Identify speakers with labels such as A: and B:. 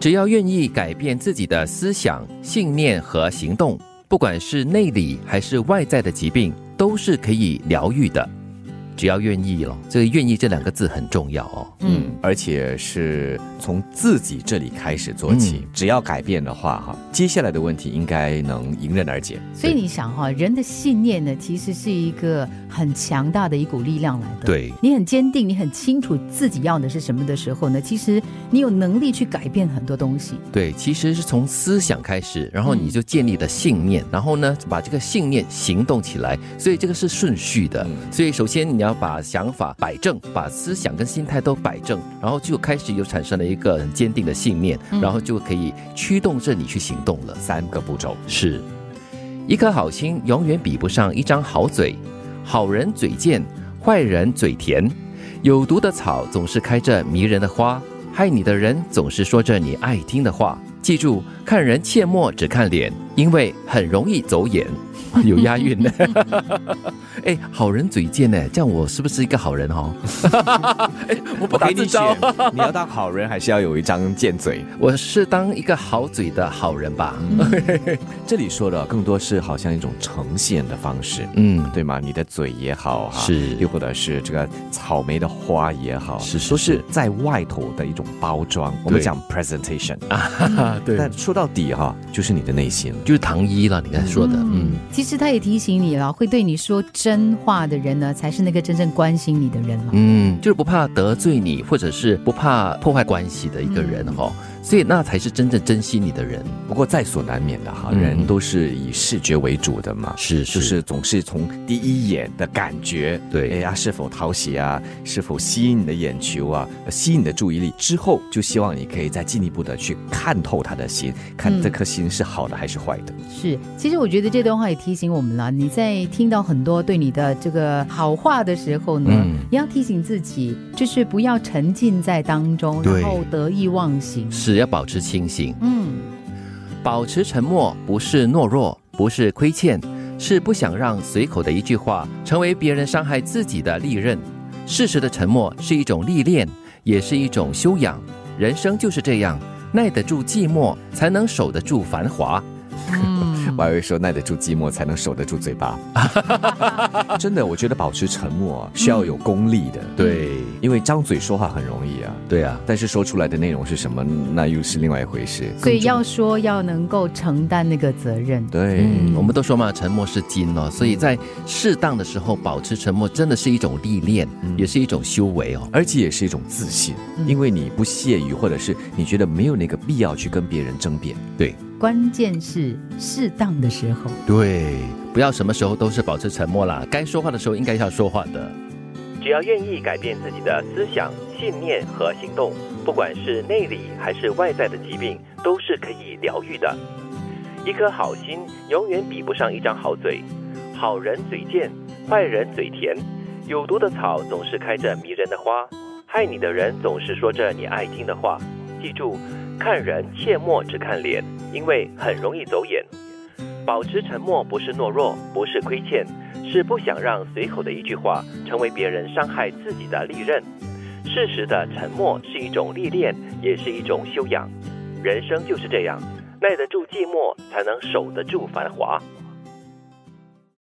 A: 只要愿意改变自己的思想、信念和行动，不管是内里还是外在的疾病，都是可以疗愈的。只要愿意咯，这个“愿意”这两个字很重要哦。
B: 嗯，
C: 而且是从自己这里开始做起，
A: 嗯
C: 只要改变的话，哈，接下来的问题应该能迎刃而解。
B: 所以你想哈、人的信念呢，其实是一个很强大的一股力量来的。，
A: 对，
B: 你很坚定，你很清楚自己要的是什么的时候呢，其实你有能力去改变很 多东西。
A: 对，其实是从思想开始，然后你就建立了信念，然后呢，把这个信念行动起来，所以这个是顺序的。
C: 嗯
A: 所以首先你要把想法摆正，把思想跟心态都摆正，然后就开始有产生了一个很坚定的信念，
B: 嗯
A: 然后就可以驱动着你去行动了。
C: 三个步骤，
A: 是，一颗好心永远比不上一张好嘴，好人嘴贱，坏人嘴甜。有毒的草总是开着迷人的花，害你的人总是说着你爱听的话。记住，看人切莫只看脸，因为很容易走眼。 有押韵呢。 哎，好人嘴贱呢，这样我是不是一个好人哦？ 哎，我不
C: 我
A: 打
C: 给
A: 自
C: 你
A: 招
C: 选，你要当好人还是要有一张贱嘴？
A: 我是当一个好嘴的好人吧。
C: 这里说的更多是好像一种呈现的方式，
A: 嗯，
C: 对吗？你的嘴也好哈，
A: 是
C: 又或者是这个草莓的花也好，
A: 是是
C: 都
A: 是
C: 是在外头的一种包装。我们
A: 对
C: 讲 presentation，
A: 啊，对
C: 但说到底哈，就是你的内心。
A: 就是唐一了，你刚才说的，嗯。
B: 其实他也提醒你了，会对你说真话的人呢，才是那个真正关心你的人嘛。
A: 嗯，就是不怕得罪你，或者是不怕破坏关系的一个人哈、所以那才是真正珍惜你的人。
C: 不过在所难免的哈，
A: 嗯
C: 人都是以视觉为主的嘛，
A: 是
C: 就，是总是从第一眼的感觉，
A: 对
C: 哎呀，是否讨喜啊，是否吸引你的眼球啊，呃吸引你的注意力之后，就希望你可以再进一步的去看透他的心，看
B: 嗯
C: 这颗心是好的还是坏的。
B: 是，其实我觉得这段话也提醒我们了，你在听到很多对你的这个好话的时候呢，
A: 嗯
B: 你要提醒自己，就是不要沉浸在当中，
A: 对
B: 然后得意忘形。
A: 是要保持清醒，
B: 嗯，
A: 保持沉默不是懦弱，不是亏欠，是不想让随口的一句话成为别人伤害自己的利刃。适时的沉默是一种历练，也是一种修养。人生就是这样，耐得住寂寞，才能守得住繁华。
B: 嗯
C: 我还会说耐得住寂寞才能守得住嘴巴。真的，我觉得保持沉默啊需要有功力的，，
A: 对，
C: 因为张嘴说话很容易啊，
A: 对啊，
C: 但是说出来的内容是什么，那又是另外一回事。
B: 所以
C: 更重
B: 要说要能够承担那个责任。
C: 对。
A: 嗯，我们都说嘛，沉默是金哦，所以在适当的时候保持沉默，真的是一种历练，也是一种修为哦。
C: 而且也是一种自信，
B: 嗯
C: 因为你不屑于，或者是你觉得没有那个必要去跟别人争辩。
B: 关键是适当的时候。
A: 对，不要什么时候都是保持沉默啦，该说话的时候应该要说话的。只要愿意改变自己的思想、信念和行动，不管是内里还是外在的疾病，都是可以疗愈的。一颗好心永远比不上一张好嘴，好人嘴贱，坏人嘴甜。有毒的草总是开着迷人的花，害你的人总是说着你爱听的话。记住，看人切莫只看脸，因为很容易走眼。保持沉默不是懦弱，不是亏欠，是不想让随口的一句话成为别人伤害自己的利刃。适时的沉默是一种历练，也是一种修养。人生就是这样，耐得住寂寞，才能守得住繁华。